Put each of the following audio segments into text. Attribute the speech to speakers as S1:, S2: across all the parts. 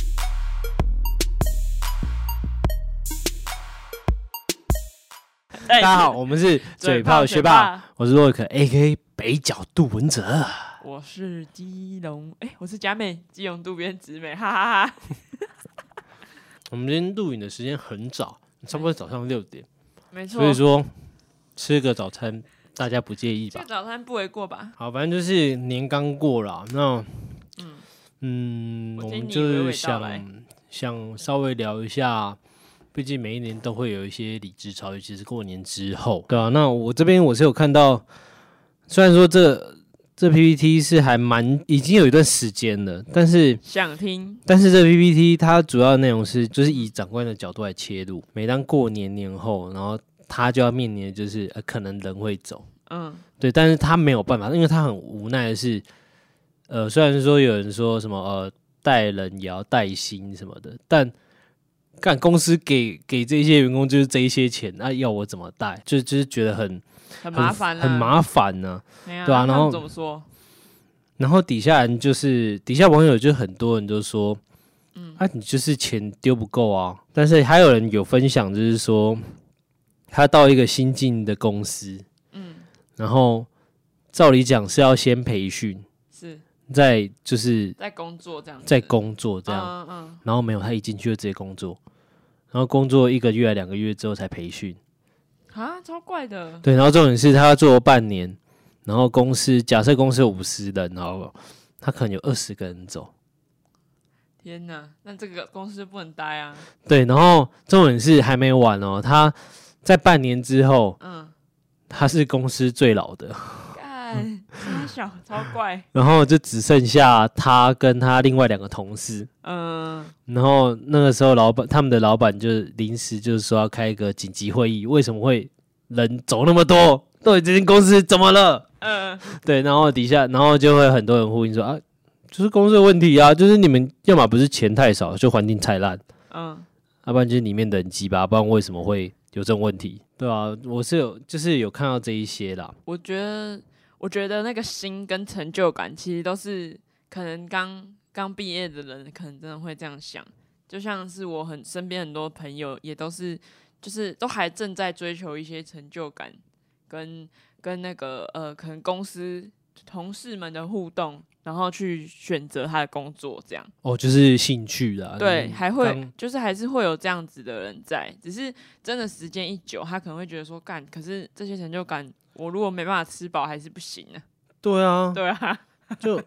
S1: 大
S2: 大家好，，我们是嘴炮学霸，，我是洛克 A K 北角杜文哲。
S1: 我是基隆，哎、我是佳美，基隆渡边直美，哈哈哈
S2: 我们今天录影的时间很早，差不多早上六点，
S1: 没错，
S2: 所以说吃个早餐大家不介意
S1: 这
S2: 吧
S1: 个？早餐不为过吧？
S2: 好，反正就是年刚过了，那嗯
S1: 我
S2: 我
S1: 听
S2: 们
S1: 你
S2: 就
S1: 娓娓
S2: 是
S1: 道哎来
S2: 想想稍微聊一下，毕竟每一年都会有一些理智潮，尤其是过年之后，对啊，那我这边我是有看到，虽然说这这 PPT 是还蛮已经有一段时间了，但是
S1: 想听，
S2: 但是这 PPT 它主要内容是就是以长官的角度来切入，每当过年年后，然后他就要面临的就是呃可能人会走。
S1: 嗯，
S2: 对，但是他没有办法，因为他很无奈的是，呃，虽然说有人说什么呃带人也要带薪什么的，但干公司给给这些员工就是这一些钱，那、要我怎么带？就就是觉得很
S1: 很麻烦啊啦，
S2: 很麻烦呢、
S1: 哎呀，
S2: 对啊
S1: 他
S2: 然
S1: 们
S2: 后
S1: 怎么说？
S2: 然后底下人就是底下网友就很多人都说，嗯，啊，你就是钱丢不够啊。但是还有人有分享，就是说他到一个新进的公司，嗯，然后照理讲是要先培训。
S1: 是
S2: 在就是
S1: 在工作这样子，
S2: 在工作这样，
S1: 嗯嗯
S2: 然后没有他一进去就直接工作，然后工作一个月两个月之后才培训，
S1: 嗯，啊，超怪的，
S2: 对，然后重点是他要做半年，然后公司假设公司有五十人，好不好？他可能有二十个人走，
S1: 天哪，那这个公司不能待啊，
S2: 对，然后重点是还没完哦，他在半年之后，
S1: 嗯，
S2: 他是公司最老的，
S1: 干，超小，超怪，
S2: 然后就只剩下他跟他另外两个同事，
S1: 嗯，
S2: 然后那个时候，老板他们的老板就是临时就是说要开一个紧急会议，为什么会人走那么多？到底这间公司怎么了？
S1: 嗯，
S2: 对，然后底下然后就会很多人呼应说啊，就是公司的问题啊，就是你们要么不是钱太少，就环境太烂，
S1: 嗯，
S2: 啊要不然就是里面的人鸡巴，不然为什么会有这种问题？对啊，我是有就是有看到这一些啦，
S1: 我觉得，我觉得那个心跟成就感，其实都是可能刚刚毕业的人，可能真的会这样想。就像是我很身边很多朋友，也都是，就是都还正在追求一些成就感，跟跟那个呃，可能公司同事们的互动，然后去选择他的工作这样。
S2: 哦，就是兴趣啦，
S1: 对，
S2: 嗯
S1: 还会
S2: 刚
S1: 就是还是会有这样子的人在，只是真的时间一久，他可能会觉得说干，可是这些成就感，我如果没办法吃饱，还是不行啊。
S2: 对啊，
S1: 对啊，
S2: 就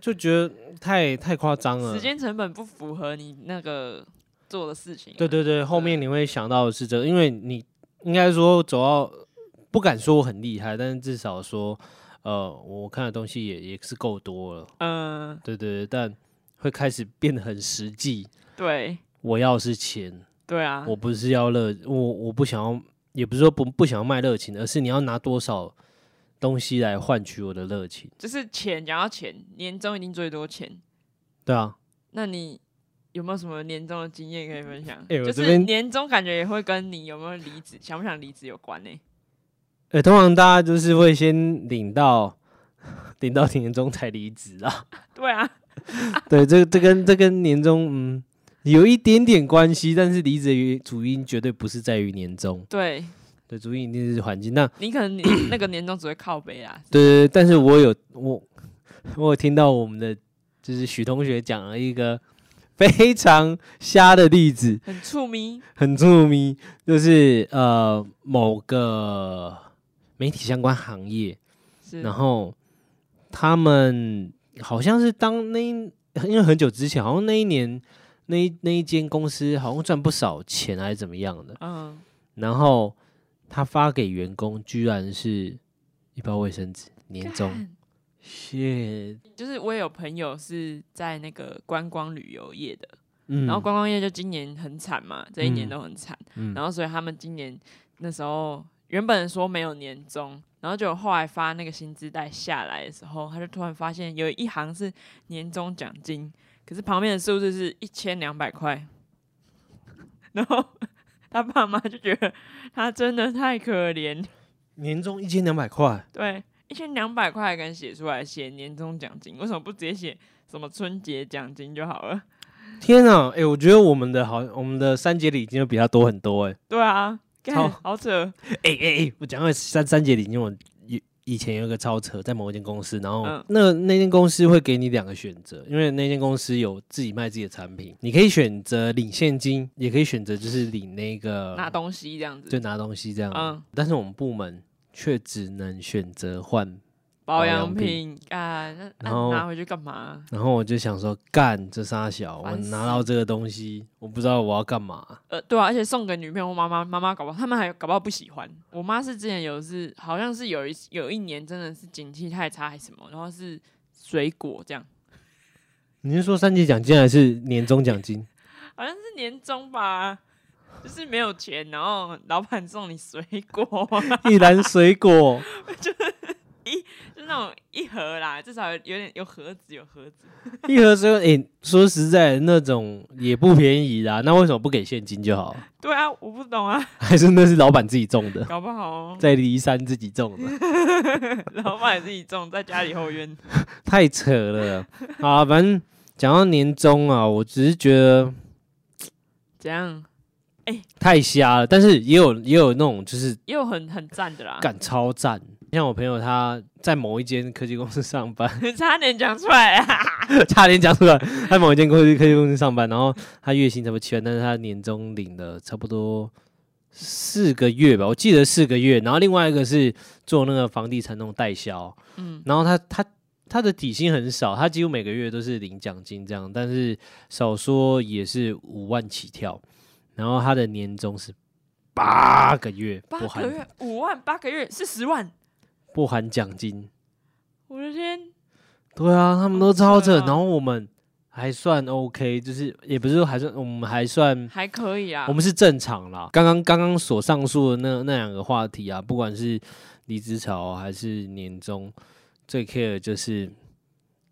S2: 就觉得太太夸张了，
S1: 时间成本不符合你那个做的事情啊、
S2: 对对对，后面你会想到的是这个，因为你应该说走到不敢说我很厉害，但是至少说，呃，我看的东西也也是够多了，
S1: 嗯、
S2: 对对对，但会开始变得很实际。
S1: 对
S2: 我要是钱，
S1: 对啊，
S2: 我不是要热，我我不想要，也不是说不不想要卖热情，而是你要拿多少东西来换取我的热情，
S1: 就是钱，讲到钱，年终一定最多钱。
S2: 对啊，
S1: 那你有没有什么年终的经验可以分享？
S2: 哎
S1: 就
S2: 我这
S1: 是
S2: 边
S1: 年终感觉也会跟你有没有离职、想不想离职有关呢、
S2: 呃、通常大家就是会先领到 领到年终才离职啊。
S1: 对啊，
S2: 对，这这跟这跟年终嗯有一点点关系，但是离职的原主因绝对不是在于年终，
S1: 对
S2: 对，主因一定是环境。那
S1: 你可能你 那个年终只会靠背啦，
S2: 对对对，但是我有我我有听到我们的就是许同学讲了一个非常瞎的例子，
S1: 很触迷，
S2: 很著名，就是呃某个媒体相关行业，
S1: 是
S2: 然后他们好像是当那一因为很久之前，好像那一年那一那一间公司好像赚不少钱还是怎么样的，
S1: 嗯，
S2: 然后他发给员工居然是一包卫生纸，年终，
S1: 干
S2: 谢，
S1: 就是我也有朋友是在那个观光旅游业的，
S2: 嗯，
S1: 然后观光业就今年很惨嘛，这一年
S2: 嗯
S1: 都很惨，
S2: 嗯
S1: 然后所以他们今年那时候原本说没有年终，然后就后来发那个薪资袋下来的时候，他就突然发现有一行是年终奖金，可是旁边的数字是一千两百块， 然后他爸妈就觉得他真的太可怜，
S2: 年终一千两百块，
S1: 对，一千两百块还敢写出来写年终奖金，为什么不直接写什么春节奖金就好了？
S2: 天啊，哎、我觉得我们的好，我们的三节礼金就比他多很多、哎，
S1: 对啊，
S2: 超
S1: 干好扯，
S2: 哎哎哎，我讲到三三节里，因为我以以前有一个超扯，在某一间公司，然后
S1: 嗯
S2: 那那间公司会给你两个选择，因为那间公司有自己卖自己的产品，你可以选择领现金，也可以选择就是领那个
S1: 拿东西这样
S2: 就
S1: 子，
S2: 拿东西这样。
S1: 嗯
S2: 但是我们部门却只能选择换，
S1: 保养
S2: 养品
S1: 品干，那那
S2: 然后
S1: 拿回去干嘛？
S2: 然后我就想说，干这仨小，我
S1: 烦死
S2: 拿到这个东西，我不知道我要干嘛。
S1: 呃，对啊，而且送给女朋友妈妈，妈妈搞不好他们还搞不好不喜欢。我妈是之前有是好像是有一有一年真的是景气太差还是什么，然后是水果这样，
S2: 你是说三级奖金还是年终奖 金？
S1: 好像是年终吧，就是没有钱，然后老板送你水果，
S2: 一篮水果，
S1: 就那种一盒啦，至少有点有盒子有盒子，
S2: 一盒水果，哎、说实在的，那种也不便宜啦。那为什么不给现金就好？
S1: 对啊，我不懂啊，
S2: 还是那是老板自己种的，
S1: 搞不好
S2: 在骊山自己种的，
S1: 老板自己种在家里后院，
S2: 太扯了啊！反正讲到年终啊，我只是觉得
S1: 怎样
S2: 太瞎了，但是也有也有那种就是
S1: 也有很很赞的啦，
S2: 干超赞。像我朋友他在某一间科技公司上班，
S1: 差点讲出来啊，
S2: 差点讲出来，在某一间科技科技公司上班，然后他月薪差不多七万，但是他年终领了差不多四个月吧，我记得四个月。然后另外一个是做那个房地产那种代销，
S1: 嗯，
S2: 然后他他他的底薪很少，他几乎每个月都是领奖金这样，但是少说也是五万起跳。然后他的年终是八个月，
S1: 八
S2: 不
S1: 个
S2: 含
S1: 月五万，八个月是十万。
S2: 不含奖金。
S1: 我的天，
S2: 对啊，他们都
S1: 好
S2: 超扯，
S1: 扯啊
S2: 然后我们还算 OK，就是也不是说还算，我们还算
S1: 还可以啊。
S2: 我们是正常啦。刚刚刚刚所上述的那那两个话题啊，不管是离职潮还是年终，最 care 就是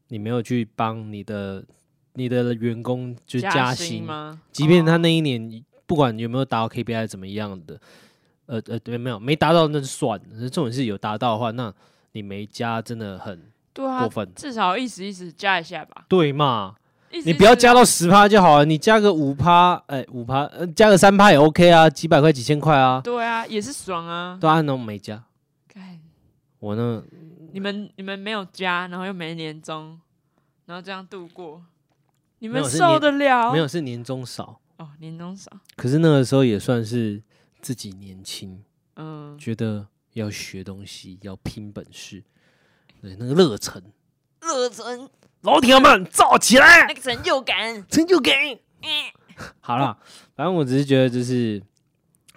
S2: 你没有去帮你的你的员工就
S1: 加
S2: 加
S1: 薪吗？
S2: 即便他
S1: 哦
S2: 那一年不管有没有达到 KPI 怎么样的，呃呃，对，没有没达到那就算了。重点是有达到的话，那你没加真的很
S1: 对啊
S2: 过，分。
S1: 至少意思意思加一下吧。
S2: 对嘛？
S1: 意思
S2: 你
S1: 意
S2: 不要
S1: 思
S2: 加到十趴就好了，你加个五趴，哎，五趴，呃，加个三趴也 OK 啊，几百块、几千块啊。
S1: 对啊，也是爽啊。
S2: 对啊，那我没加，
S1: 干
S2: 我呢，
S1: 你们你们没有加，然后又没年终，然后这样度过，你们
S2: 没有是
S1: 受
S2: 年
S1: 得了？
S2: 没有是年终少，
S1: 哦，年终少，
S2: 可是那个时候也算是自己年轻，
S1: 嗯，
S2: 觉得要学东西，要拼本事，对那个热忱，
S1: 热忱
S2: 老铁们造起
S1: 那
S2: 来，
S1: 个成就 感，
S2: 成就感。
S1: 嗯
S2: 好啦，反正我只是觉得就是，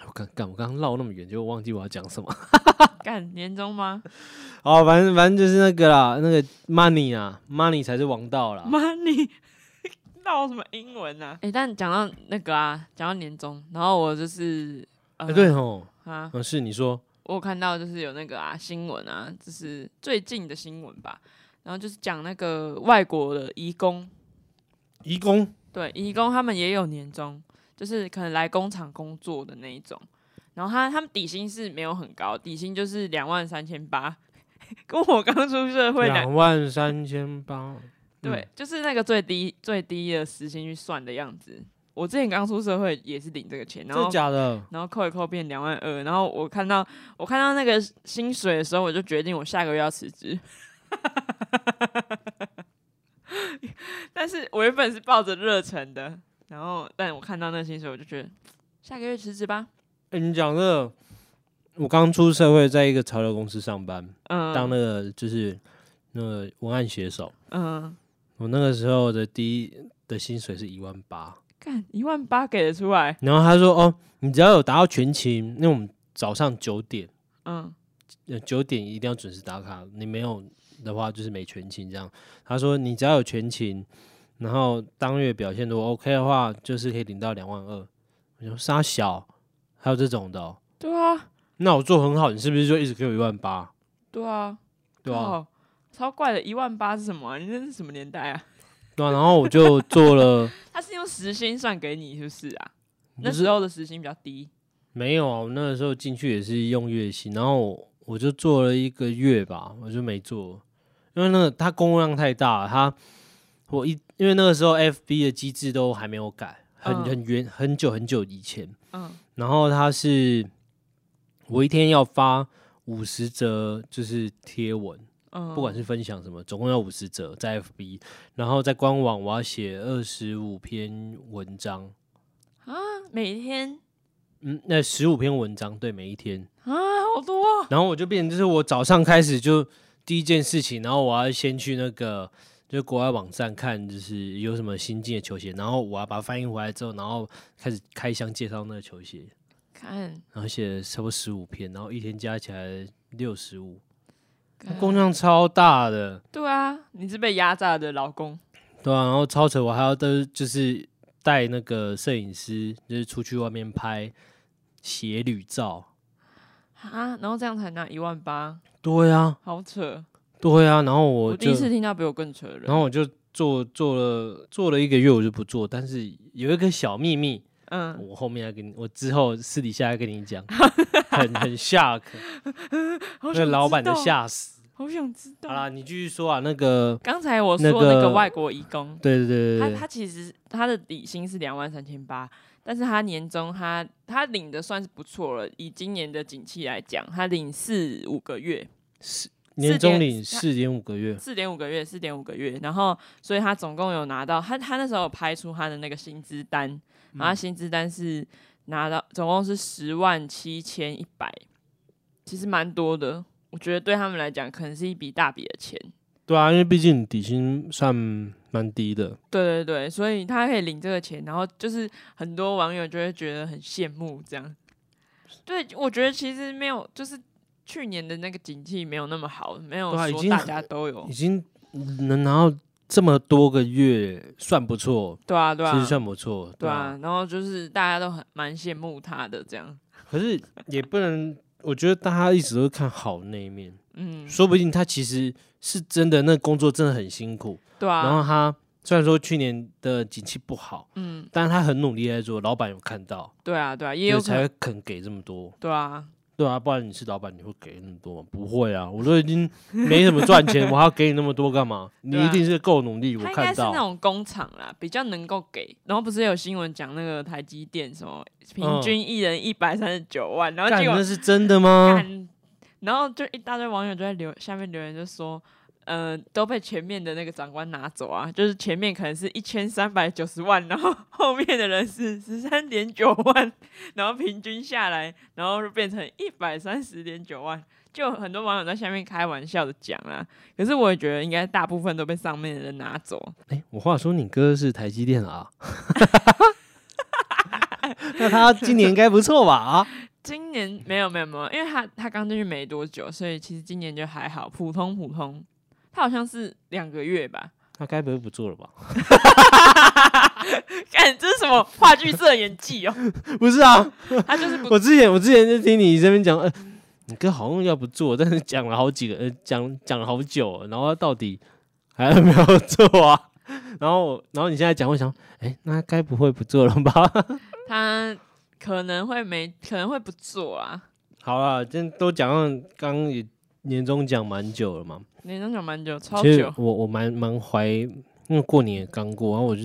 S2: 我刚刚我刚刚绕那么远，就忘记我要讲什么。
S1: 干年终吗
S2: 哦，反正反正就是那个啦，那个 money 啊，money 才是王道啦。
S1: ？Money 闹什么英文啊？哎，但讲到那个啊，讲到年终，然后我就是
S2: 哎
S1: 呃
S2: 对哦，
S1: 啊，
S2: 嗯，是你说，
S1: 我有看到就是有那个啊新闻啊，就是最近的新闻吧，然后就是讲那个外国的移工，
S2: 义工
S1: 对，移工他们也有年终，就是可能来工厂工作的那一种，然后他他们底薪是没有很高，底薪就是两万三千八， 跟我刚出社会两
S2: 两万三千八，
S1: 对，就是那个最低最低的时薪去算的样子。我之前刚出社会也是领这个钱，然
S2: 真
S1: 后
S2: 的假的？
S1: 然后扣一扣变两万二，然后我看到我看到那个薪水的时候，我就决定我下个月要辞职。 但是我原本是抱着热忱的，然后但我看到那个薪水，我就觉得下个月辞职吧。
S2: 哎、你讲这个，我刚出社会，在一个潮流公司上班，
S1: 嗯，
S2: 当那个就是那个文案写手。
S1: 嗯，
S2: 我那个时候的第一的薪水是一万八，
S1: 干嗯一万八给得出来，
S2: 然后他说：“哦，你只要有达到全勤，因为我们早上九点，
S1: 嗯，
S2: 呃，九点一定要准时打卡，你没有的话就是没全勤这样。”他说：“你只要有全勤，然后当月表现如果 OK 的话，就是可以领到两万二。”我说：“沙小，还有这种的、哦，
S1: 对啊，
S2: 那我做很好，你是不是就一直给我一万八？
S1: 对啊，
S2: 对啊，
S1: 靠超怪的，一万八是什么啊、你这是什么年代啊？
S2: 对啊。然后我就做了，
S1: 他是用时薪算给你是不是啊？
S2: 不
S1: 那
S2: 是
S1: 时候的时薪比较低，
S2: 没有啊，我那个时候进去也是用月薪，然后我我就做了一个月吧，我就没做，因为那个他工作量太大了，他我一因为那个时候 FB 的机制都还没有改，很
S1: 嗯
S2: 很远很久很久以前，
S1: 嗯
S2: 然后他是我一天要发五十则，就是贴文，
S1: 嗯，
S2: 不管是分享什么，总共要五十则在 FB，然后在官网我要写二十五篇文章，
S1: 啊每天
S2: 嗯，那十五篇文章对每一天，
S1: 啊，好多、哦，
S2: 然后我就变成就是我早上开始就第一件事情，然后我要先去那个就是国外网站看，就是有什么新进的球鞋，然后我要把它翻译回来之后，然后开始开箱介绍那个球鞋，
S1: 看
S2: 然后写了差不多十五篇，然后一天加起来六十五，
S1: 干
S2: 工量超大的，
S1: 对啊，你是被压榨的老公，
S2: 对啊，然后超扯，我还要都就是带那个摄影师，就是出去外面拍鞋旅照，
S1: 啊，然后这样才拿一万八，
S2: 对啊，
S1: 好扯！
S2: 对啊，然后我
S1: 我第
S2: 就
S1: 一次听到比我更扯的人。
S2: 然后我就做做了做了一个月，我就不做。但是有一个小秘密，
S1: 嗯，
S2: 我后面要跟你，我之后私底下要跟 你讲，很很 shock，
S1: 好想
S2: 那个老板
S1: 知
S2: 都
S1: 道，
S2: 吓死。
S1: 好想知道。
S2: 好啦，你继续说啊，那个，
S1: 刚才我说
S2: 那
S1: 那个
S2: 个
S1: 外国义工，
S2: 对对对
S1: 他
S2: 对对
S1: 他其实他的底薪是两万三千八，但是他年终他他领的算是不错了，以今年的景气来讲，他领四五个月，
S2: 年
S1: 点
S2: 终领四点五个月，
S1: 四点五个月，四点五个月，然后所以他总共有拿到他他那时候有拍出他的那个薪资单，然
S2: 嗯
S1: 后他薪资单是拿到总共是十万七千一百，其实蛮多的，我觉得对他们来讲可能是一笔大笔的钱。
S2: 对啊，因为毕竟你底薪算蛮低的，
S1: 对对对，所以他可以领这个钱，然后就是很多网友就会觉得很羡慕这样。对，我觉得其实没有，就是去年的那个景气没有那么好，没有
S2: 对啊已
S1: 说
S2: 经
S1: 大
S2: 很
S1: 家都有
S2: 已。经能拿到这么多个月，算不错，
S1: 对啊，对啊，
S2: 其实算不错，
S1: 对啊，然后就是大家都很蛮羡慕他的这样，
S2: 可是也不能，我觉得大家一直都看好那一面，
S1: 嗯，
S2: 说不定他其实是真的，那工作真的很辛苦。
S1: 对
S2: 然后
S1: 啊，
S2: 他虽然说去年的景气不好，
S1: 嗯，
S2: 但是他很努力在做，老板有看到，
S1: 对啊，对啊，也
S2: 所
S1: 有
S2: 以
S1: 可
S2: 才
S1: 能，
S2: 会肯给这么多。
S1: 对啊，
S2: 对啊，不然你是老板，你会给那么多吗？不会啊，我都已经没怎么 赚钱，我还要给你那么多干嘛？你
S1: 对啊
S2: 一定是够努力，我
S1: 他应该
S2: 看
S1: 是那
S2: 到。
S1: 种工厂啦，比较能够给。然后不是有新闻讲那个台积电什么平均一人一百三十九万，然后
S2: 嗯干，
S1: 结果
S2: 那是真的吗？
S1: 看，然后就一大堆网友就在留下面留言就说。呃，都被前面的那个长官拿走啊，就是前面可能是一千三百九十万，然后 后面的人是十三点九万，然后平均下来，然后就变成一百三十点九万，就有很多网友在下面开玩笑的讲啊。可是我也觉得应该大部分都被上面的人拿走，
S2: 哎、我话说你哥是台积电啊， 那他今年应该不错吧？啊，
S1: 今年没有没有没有，因为他他刚进去没多久，所以其实今年就还好，普通普通。他好像是两个月吧。
S2: 他该不会不做 了吧？
S1: 看这是什么话剧社演技哦？
S2: 不是啊，
S1: 他就是不
S2: 我之前我之前就听你这边讲，呃，你哥好像要不做，但是讲了好几个，呃，讲讲了好久哦，然后到底还有没有做啊？ 然后然后你现在讲，我想，哎、那该不会不做了吧？
S1: 他可能会没可能会不做啊。
S2: 好了，今天都讲到刚刚也年终讲蛮久了嘛，
S1: 你那种蛮久，超
S2: 其实
S1: 久。
S2: 我我蛮蛮怀，因为过年也刚过，然后我就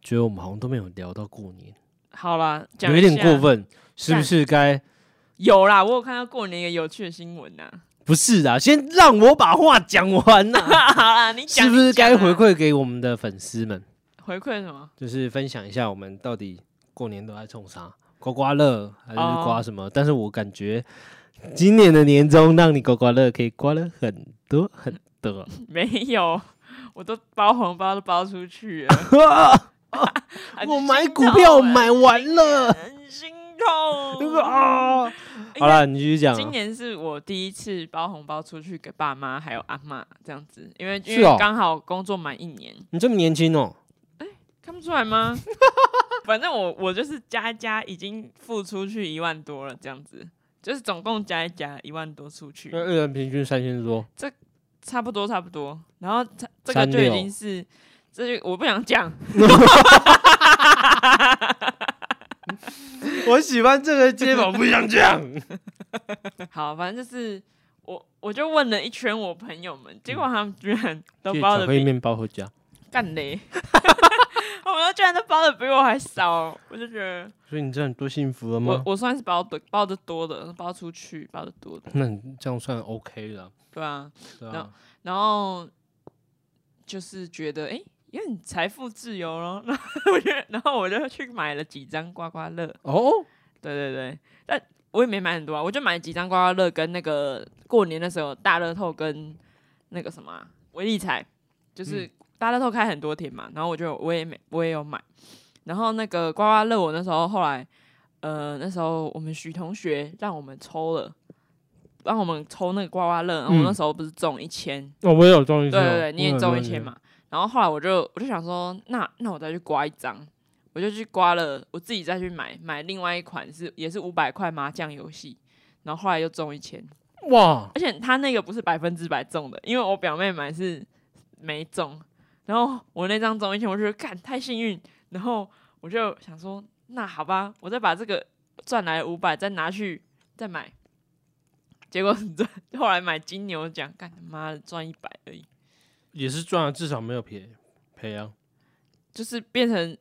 S2: 觉得我们好像都没有聊到过年，
S1: 好啦，讲
S2: 有
S1: 一
S2: 一点
S1: 下
S2: 过。分，是不
S1: 干
S2: 是该？
S1: 有啦，我有看到过年一个有趣的新闻呐、
S2: 不是啊，先让我把话讲完啊呐、
S1: 好啦，你讲
S2: 是不是
S1: 你讲
S2: 该
S1: 啊
S2: 回馈给我们的粉丝们，
S1: 回馈什么？
S2: 就是分享一下我们到底过年都在冲啥，刮刮乐还是刮什么？但是我感觉今年的年终让你刮刮乐可以刮了很多很多，
S1: 没有，我都包红包都包出去了。很
S2: 我买
S1: 心
S2: 股票
S1: 痛啊
S2: 买完了，
S1: 很心痛。
S2: 那个 啊，
S1: 哎
S2: 好了，你继续讲
S1: 今
S2: 啊。
S1: 年是我第一次包红包出去给爸妈还有阿嬷这样子，因为因
S2: 是哦
S1: 为刚好工作满一年，
S2: 你这么年轻哦，
S1: 看不出来吗？ 反正我我就是加一加已经付出去一万多了，这样子，就是总共加一加一万多出去
S2: 那，二人呃平均三千多，
S1: 差不多差不多。然后这这个
S2: 三
S1: 就已
S2: 六
S1: 经是，这就我不想讲，
S2: 我喜欢这个街坊，不想 讲。
S1: 好，反正就是我我就问了一圈我 朋友们，结果他们居然都
S2: 借
S1: 包
S2: 嗯巧
S1: 的
S2: 克力
S1: 比
S2: 面包回家，
S1: 干嘞， 我们居然都包的比我还少，我就觉得
S2: 所以你这样多幸福了
S1: 我
S2: 吗？
S1: 我算是包的包的多的，包出去包的多的，
S2: 那你这样算 OK 了，
S1: 对啊。
S2: 对
S1: 然
S2: 啊
S1: 后，然后就是觉得，哎、因为你财富自由咯，然后 我就，然后我就去买了几张刮刮乐，
S2: 哦，
S1: 对对对，但我也没买很多啊，我就买几张刮刮乐跟那个过年的时候大乐透跟那个什么啊威力彩，就是大乐透开很多天嘛，然后我就我也没我也有买，然后那个刮刮乐我那时候后来呃那时候我们许同学让我们抽了。让我们抽那个刮刮乐，然后我
S2: 嗯
S1: 那时候不是中一千、
S2: 哦，我也有中一
S1: 对
S2: 千哦，
S1: 嗯对对，你
S2: 我
S1: 也
S2: 有
S1: 中
S2: 中
S1: 一千，嘛。然后后来我就我就想说，那那我再去刮一张，我就去刮了，我自己再去买买另外一款是也是五百块麻将游戏，然后后来又中一千，
S2: 哇，
S1: 而且他那个不是百分之百中的，因为我表妹买是没中，然后我那张中一千，我就觉得干太幸运，然后我就想说，那好吧，我再把这个赚来五百再拿去再买，结果赚后来买金牛奖，干他妈的赚一百而已。
S2: 也是赚了，至少没有赔赔啊。
S1: 就是变成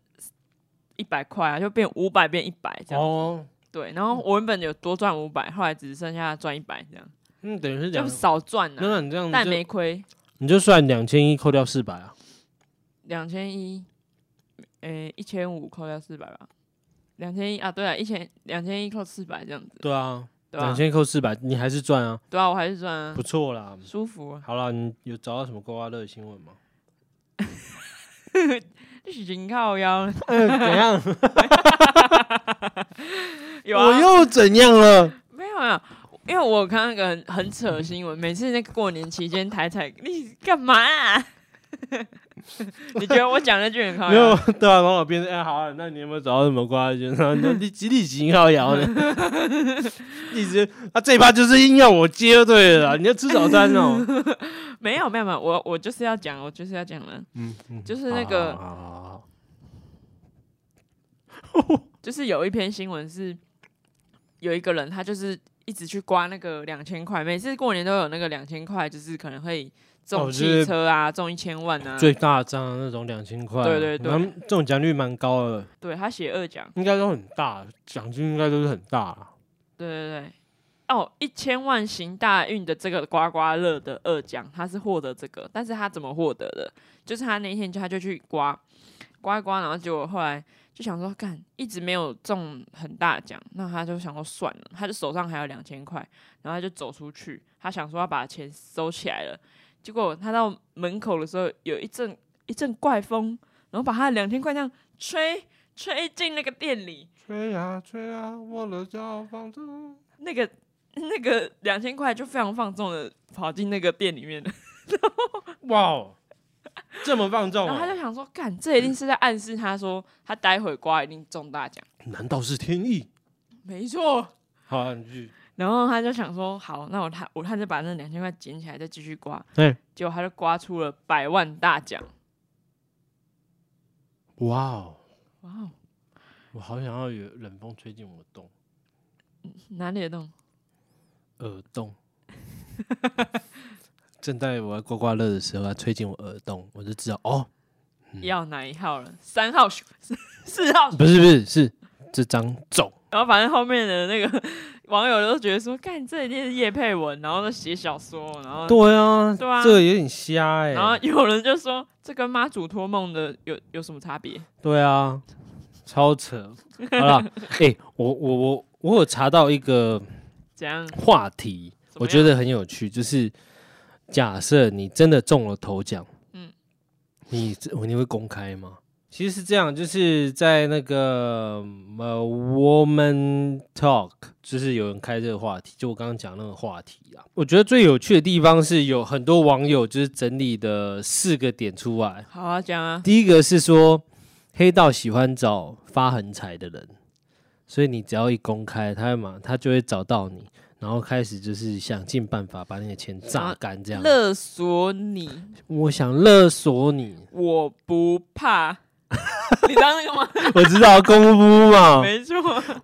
S1: 一百块啊，就变五百变一百这样。
S2: 哦，
S1: 对，然后我原本有多赚五百，后来只剩下赚一百这样，
S2: 嗯，等于是两
S1: 就，少赚
S2: 那
S1: 了、
S2: 那你这样
S1: 但
S2: 就
S1: 没亏
S2: 你就算两千一扣掉四百啊，
S1: 两千一，诶一千五扣掉四百吧，两千一啊，对啊，一千两千一扣四百这样子，
S2: 对啊，
S1: 对吧、
S2: 两千扣四百，你还是赚啊，
S1: 对啊，我还是赚啊
S2: 不，错啦。
S1: 舒服、啊。
S2: 好啦，你有找到什么刮刮乐的新闻 吗？
S1: 许晴靠 腰
S2: 哎怎样？
S1: 有啊
S2: 我，又怎样了？
S1: 没有啊，因为我有看那个很很扯的新闻，每次那个过年期间台彩，你干嘛、啊？ 你觉得我讲那句很靠
S2: 没有
S1: 腰？，
S2: 对啊，王老编，哎，好啊，那你有没有找到什么刮刮乐？然后 你你几里几号摇呢？ 一直啊，这一趴就是硬要我接就对了啦，你要吃早餐哦。
S1: 没有没有没有，我我就是要讲，我就是要讲了，
S2: 嗯，嗯 啊
S1: 就是那个
S2: 好好好好好
S1: 就是有一篇新闻是有一个人他就是一直去刮那个两千块，每次过年都有那个两千块，就是可能会中
S2: 哦就是
S1: 汽车啊，中一千万啊，
S2: 最大张的那种两千块，
S1: 对对对
S2: 他们这种奖率蛮高的，
S1: 对他写二奖，
S2: 应该都很大，奖金应该都是很大啦。
S1: 对对对。哦，一千万行大运的这个刮刮乐的二奖，他是获得这个，但是他怎么获得的？就是他那一天就他就去刮，刮一刮，然后结果后来就想说，干一直没有中很大奖，那他就想说算了，他就手上还有两千块，然后他就走出去，他想说要把钱收起来了，结果他到门口的时候，有一阵一阵怪风，然后把他的两千块这样吹吹进那个店里，
S2: 吹啊吹啊，我的小房子。
S1: 那个那个两千块就非常放纵的跑进那个店 里面了，
S2: 哇哦，这么放纵
S1: 然后他
S2: 哦、
S1: 就想说，干，这一定是在暗示他说他待会刮一定中大奖，
S2: 难道是天意？
S1: 没错。
S2: 好、啊，你去
S1: 然后他就想说，好，那我他我他就把那两千块捡起来再继续刮，
S2: 对，
S1: 结果他就刮出了百万大奖，
S2: 哇哦，
S1: 哇哦，
S2: 我好想要有冷风吹进我的洞，
S1: 哪里的洞？
S2: 耳洞。 正在我要刮刮乐的时候，它吹进我耳洞，我就知道哦，
S1: 要哪一号了？三号、四 四号，
S2: 不是不是是这张中。
S1: 然后反正后面的那个 网友都觉得说，干，这一定是叶佩文，然后都写小说，然后
S2: 对啊，
S1: 对啊
S2: 这个有点瞎哎、
S1: 然后有人就说，这跟妈祖托梦的有有什么差别？
S2: 对啊，超扯。好啦， 哎、我我我我有查到一个
S1: 怎样？
S2: 话题，
S1: 怎么
S2: 我觉
S1: 样
S2: 得很有趣，就是假设你真的中了头奖，嗯
S1: 嗯，
S2: 你这你会公开吗？其实是这样，就是在那个呃，Woman Talk，就是有人开这个话题，就我刚刚讲那个话题啊。我觉得最有趣的地方是有很多网友就是整理的四个点出来，
S1: 好啊，讲啊，
S2: 第一个是说，黑道喜欢找发横财的人，所以你只要一公开，他嘛他就会找到你，然后开始就是想尽办法把你的钱榨干，这样。
S1: 勒索你，
S2: 我想勒索你，
S1: 我不怕。你知道那个 吗？
S2: 我知道功夫嘛，
S1: 没错，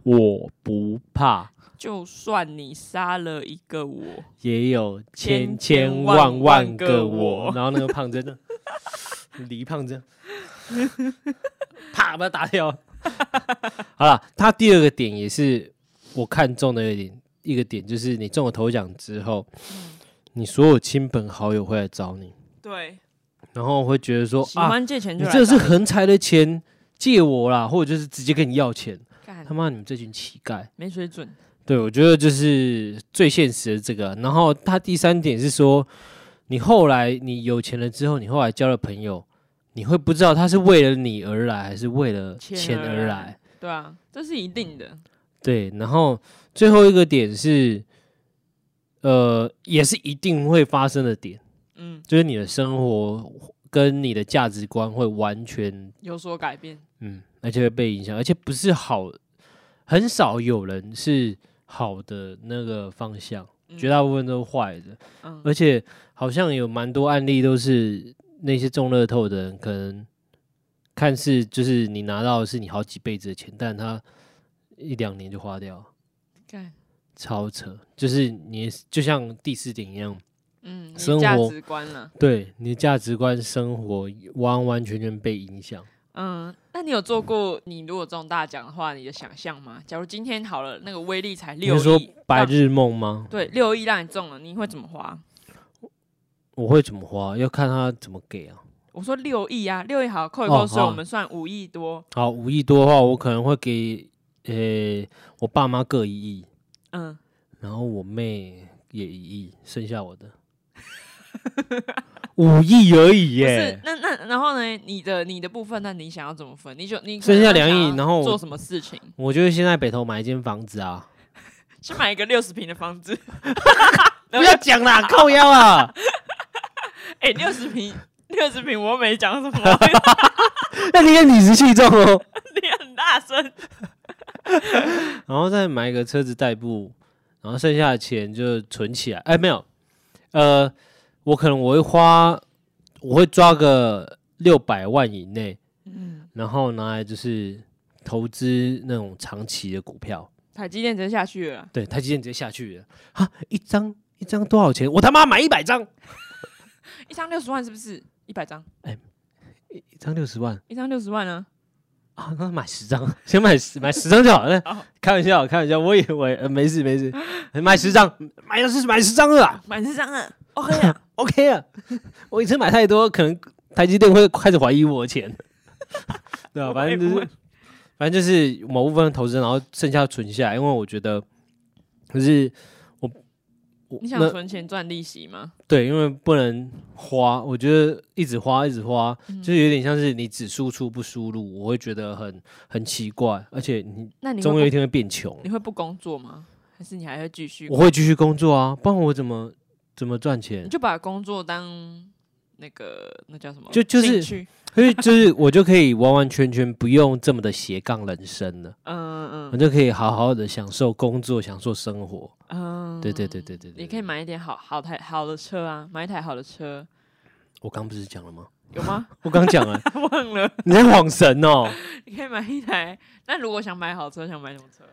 S2: 我不怕，
S1: 就算你杀了一个我，
S2: 也有
S1: 千
S2: 千千
S1: 千
S2: 万
S1: 万
S2: 万
S1: 万
S2: 个
S1: 个
S2: 我。
S1: 我
S2: 然后那个胖真的，黎胖这样，啪把它 打掉。好了，他第二个点也是我看中的一个点，一个点就是你中了头奖之后，你所有亲朋好友会来找你，
S1: 对，
S2: 然后会觉得说
S1: 喜
S2: 啊，
S1: 欢借钱
S2: 你
S1: 就来
S2: 这是
S1: 找
S2: 横财的钱，借我啦，或者就是直接跟你要钱。
S1: 干
S2: 他妈，你们这群乞丐！
S1: 没水准，
S2: 对，我觉得就是最现实的这个。啊然后他第三点是说，你后来你有钱了之后，你后来交了朋友，你会不知道他是为了你而来，还是为了
S1: 钱
S2: 钱
S1: 而
S2: 而
S1: 来
S2: 来。
S1: 对啊，这是一定的，
S2: 对，然后最后一个点是，呃，也是一定会发生的点，
S1: 嗯，
S2: 就是你的生活跟你的价值观会完全，
S1: 有所改变，
S2: 嗯，而且会被影响，而且不是好，很少有人是好的那个方向，
S1: 嗯
S2: 绝大部分都是坏的，
S1: 嗯
S2: 而且好像有蛮多案例都是那些中乐透的人，可能看似就是你拿到的是你好几辈子的钱，但他一两年就花掉了。
S1: 干，
S2: 超扯，就是你就像第四点一样，
S1: 嗯，你
S2: 生
S1: 价
S2: 活
S1: 值观啊了，
S2: 对你的价值观、生活完完全全被影响。
S1: 嗯，那你有做过你如果中大奖的话，你的想象吗？假如今天好了，那个威力才
S2: 你
S1: 六
S2: 是说
S1: 亿，
S2: 白
S1: 让
S2: 日梦吗？
S1: 对六亿让你中了，你会怎么花？
S2: 我会怎么花？要看他怎么给啊。
S1: 我说六亿啊，六亿好扣一
S2: 哦
S1: 扣，所以
S2: 好
S1: 我们算五亿多，
S2: 好，五亿多的话，我可能会给呃、我爸妈各一亿，
S1: 嗯，
S2: 然后我妹也一亿，剩下我的 五亿而已
S1: 不
S2: 耶、
S1: 是，那那然后呢？你的你的部分，那你想要怎么分？你就你
S2: 剩下
S1: 可能会
S2: 2亿
S1: 想要
S2: 然后我
S1: 做什么事情？
S2: 我就会先在北投买一间房子啊！
S1: 去买一个六十平的房子，
S2: 不要讲啦，靠腰 啊！
S1: 哎、6六十平，六十平，我没讲什么，你
S2: 那你看你是器重哦。
S1: 很大声。
S2: 然后再买一个车子代步，然后剩下的钱就存起来。哎，没有，呃，我可能我会花，我会抓个六百万以内，
S1: 嗯，
S2: 然后拿来就是投资那种长期的股票。
S1: 台积电直接下去了啦，
S2: 对，台积电直接下去了，哈，一张一张多少钱？我他妈买一百张，
S1: 一张六十万是不是？一百张，
S2: 一一张六十万
S1: 一张六十万呢、
S2: 啊！刚刚买十张， 先买十买十张就好了。
S1: 哦
S2: 开玩笑，开玩笑，我以为、呃、没事没事，买十张，买的是买十张的啦。
S1: 买十张啊，OK 啊，
S2: OK 啊，我一次买太多，可能台积电会开始怀疑我的钱，对啊吧、反正就
S1: 我也
S2: 是，反正就是某部分投资，然后剩下存下来，因为我觉得，可是我我
S1: 你想
S2: 那
S1: 存钱赚利息吗？
S2: 对，因为不能花，我觉得一直花一直花，
S1: 嗯
S2: 就是有点像是你只输出不输入，我会觉得很很奇怪，而且你
S1: 那你会
S2: 总有一
S1: 不
S2: 天会变穷，
S1: 你会不工作吗？还是你还会继续
S2: 我？会继续工作啊，不然我怎么怎么赚钱
S1: 你？就把工作当那个那叫什么？
S2: 就就
S1: 兴
S2: 是
S1: 趣
S2: 所以就是我就可以完完全全不用这么的斜杠人生了，
S1: 嗯
S2: 我
S1: 嗯
S2: 就可以好好的享受工作，享受生活。
S1: 嗯，
S2: 对对对对对对，
S1: 你可以买一点好好台好的车啊，买一台好的车，
S2: 我刚不是讲了吗？
S1: 有吗？
S2: 我刚讲了，
S1: 忘了，
S2: 你在晃神哦。
S1: 你可以买一台。那如果想买好车，想买什么车？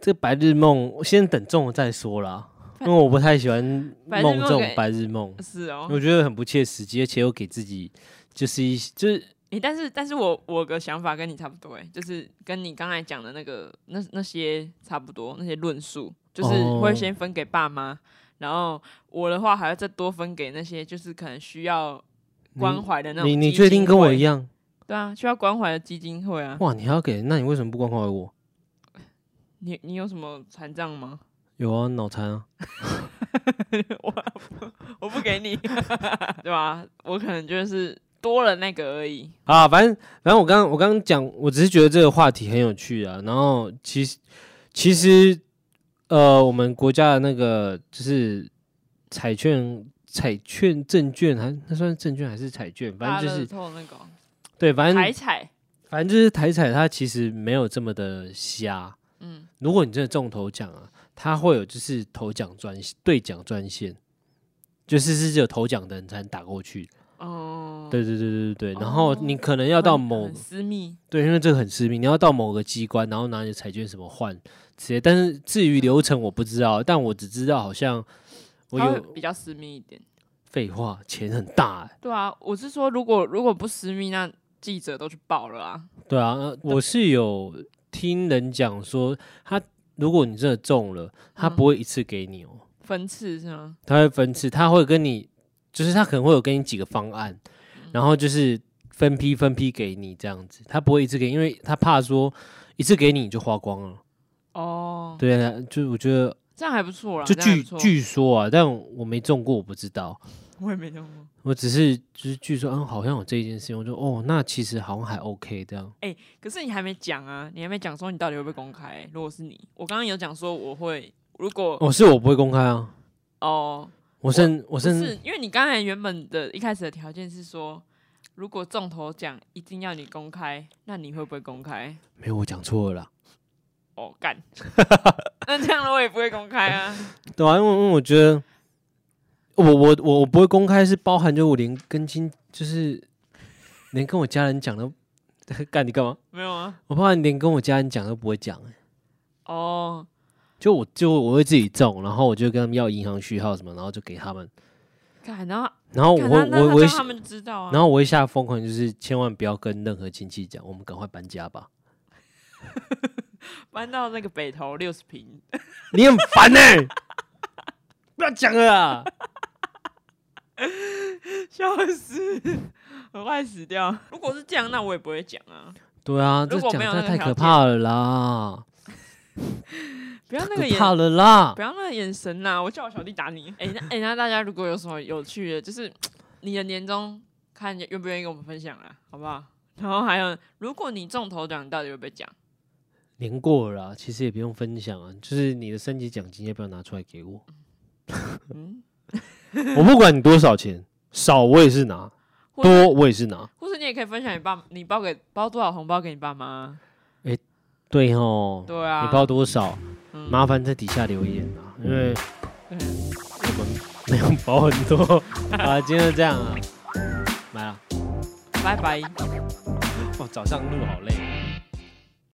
S2: 这白日梦，我先等中了再说啦，因为我不太喜欢
S1: 白日梦
S2: 梦这种
S1: 给
S2: 白日梦，
S1: 是哦，
S2: 我觉得很不切实际，而且又给自己就是一就是
S1: 诶、但是但是我我的想法跟你差不多、诶，就是跟你刚才讲的那个那那些差不多，那些论述，就是
S2: 哦
S1: 会先分给爸妈，然后我的话还要再多分给那些就是可能需要关怀的那种
S2: 你你
S1: 基
S2: 确定
S1: 金
S2: 跟我
S1: 会
S2: 一样？
S1: 对啊，需要关怀的基金会啊。
S2: 哇，你还要给？那你为什么不关怀我？
S1: 你你有什么残障吗？
S2: 有啊，脑残啊，
S1: 我 我不给你， 对吧？我可能就是多了那个而已。
S2: 啊，反正反正我刚我刚刚讲，我只是觉得这个话题很有趣啊。然后其实其实呃，我们国家的那个就是彩券、彩券证券还那算是证券还是彩券，反正就
S1: 大乐
S2: 是
S1: 透那个
S2: 对，反
S1: 台
S2: 正
S1: 彩，
S2: 反正就是台彩，它其实没有这么的瞎。
S1: 嗯，
S2: 如果你真的中头奖啊，它会有就是头奖专对奖专线，就是是只有头奖的人才能打过去。
S1: 哦、
S2: 对对对对对对，然后
S1: 哦
S2: 你可能
S1: 很，
S2: 要到某
S1: 很私密，
S2: 对，因为这个很私密，你要到某个机关，然后拿你的彩券什么换，直接。但是至于流程我不知道，但我只知道好像我
S1: 它会
S2: 有
S1: 比较私密一点。
S2: 废话，钱很大、欸，
S1: 对啊，我是说，如果如果不私密，那记者都去报了啊。
S2: 对啊，呃我是有听人讲说，他如果你真的中了，他
S1: 嗯
S2: 不会一次给你哦、
S1: 分次是吗？
S2: 他会分次，他会跟你，就是他可能会有给你几个方案，然后就是分批分批给你这样子，他不会一次给，因为他怕说一次给你你就花光了。
S1: 哦，
S2: 对啊，就我觉得
S1: 这样还不错啦，
S2: 就
S1: 这样还
S2: 据
S1: 不错，
S2: 据说啊，但我没中过，我不知道，
S1: 我也没用过。
S2: 我只是就是据说，嗯，好像有这一件事情，我就哦，那其实好像还 OK 这样。
S1: 可是你还没讲啊，你还没讲说你到底会不会公开、如果是你，我刚刚有讲说我会，如果
S2: 哦，是我不会公开啊，
S1: 哦，
S2: 我甚我
S1: 不
S2: 甚
S1: 是，因为你刚才原本的一开始的条件是说，如果中头奖一定要你公开，那你会不会公开？
S2: 没有，我讲错了啦。
S1: 哦， 干，那这样的我也不会公开啊。
S2: 对啊，因为因为我觉得，我我我我不会公开，是包含就我连跟亲，就是连跟我家人讲都 干你干嘛？
S1: 没有啊。
S2: 我怕连跟我家人讲都不会讲、欸，
S1: 哦，
S2: 就我就我会自己中，然后我就跟他们要银行序号什么，然后就给他们，
S1: 干，然后
S2: 然后我
S1: 干
S2: 会
S1: 那那
S2: 我
S1: 他
S2: 我会
S1: 让
S2: 下
S1: 他们知道啊。
S2: 然后我会下疯狂就是千万不要跟任何亲戚讲，我们赶快搬家吧，
S1: 搬到那个北头六十平，
S2: 你很烦呢、不要讲了啊！
S1: 笑死，我快死掉。如果是这样，那我也不会讲啊。
S2: 对啊，这
S1: 如果
S2: 讲
S1: 没有那
S2: 的
S1: 个
S2: 太
S1: 条
S2: 可
S1: 件
S2: 怕了啦，
S1: 不要那个
S2: 可
S1: 眼
S2: 怕了啦
S1: 不！要那个眼神呐、我叫我小弟打你。哎、那哎、那大家如果有什么有趣的，就是你的年终，看愿不愿意跟我们分享啊，好不好？然后还有，如果你中头奖，你到底会不会讲？
S2: 连过了啦，其实也不用分享啊，就是你的升级奖金要不要拿出来给我？
S1: 嗯，
S2: 我不管你多少钱，少我也是拿，
S1: 或
S2: 多我也是拿。
S1: 或是你也可以分享你爸，你包给包多少红包给你爸妈啊？
S2: 对哦，
S1: 对啊，
S2: 你包多少？
S1: 嗯
S2: 麻烦在底下留言啊，因为
S1: 对啊
S2: 我们没有包很多啊。今天就这样啊，买了。
S1: 拜拜。
S2: 哦，早上录好累。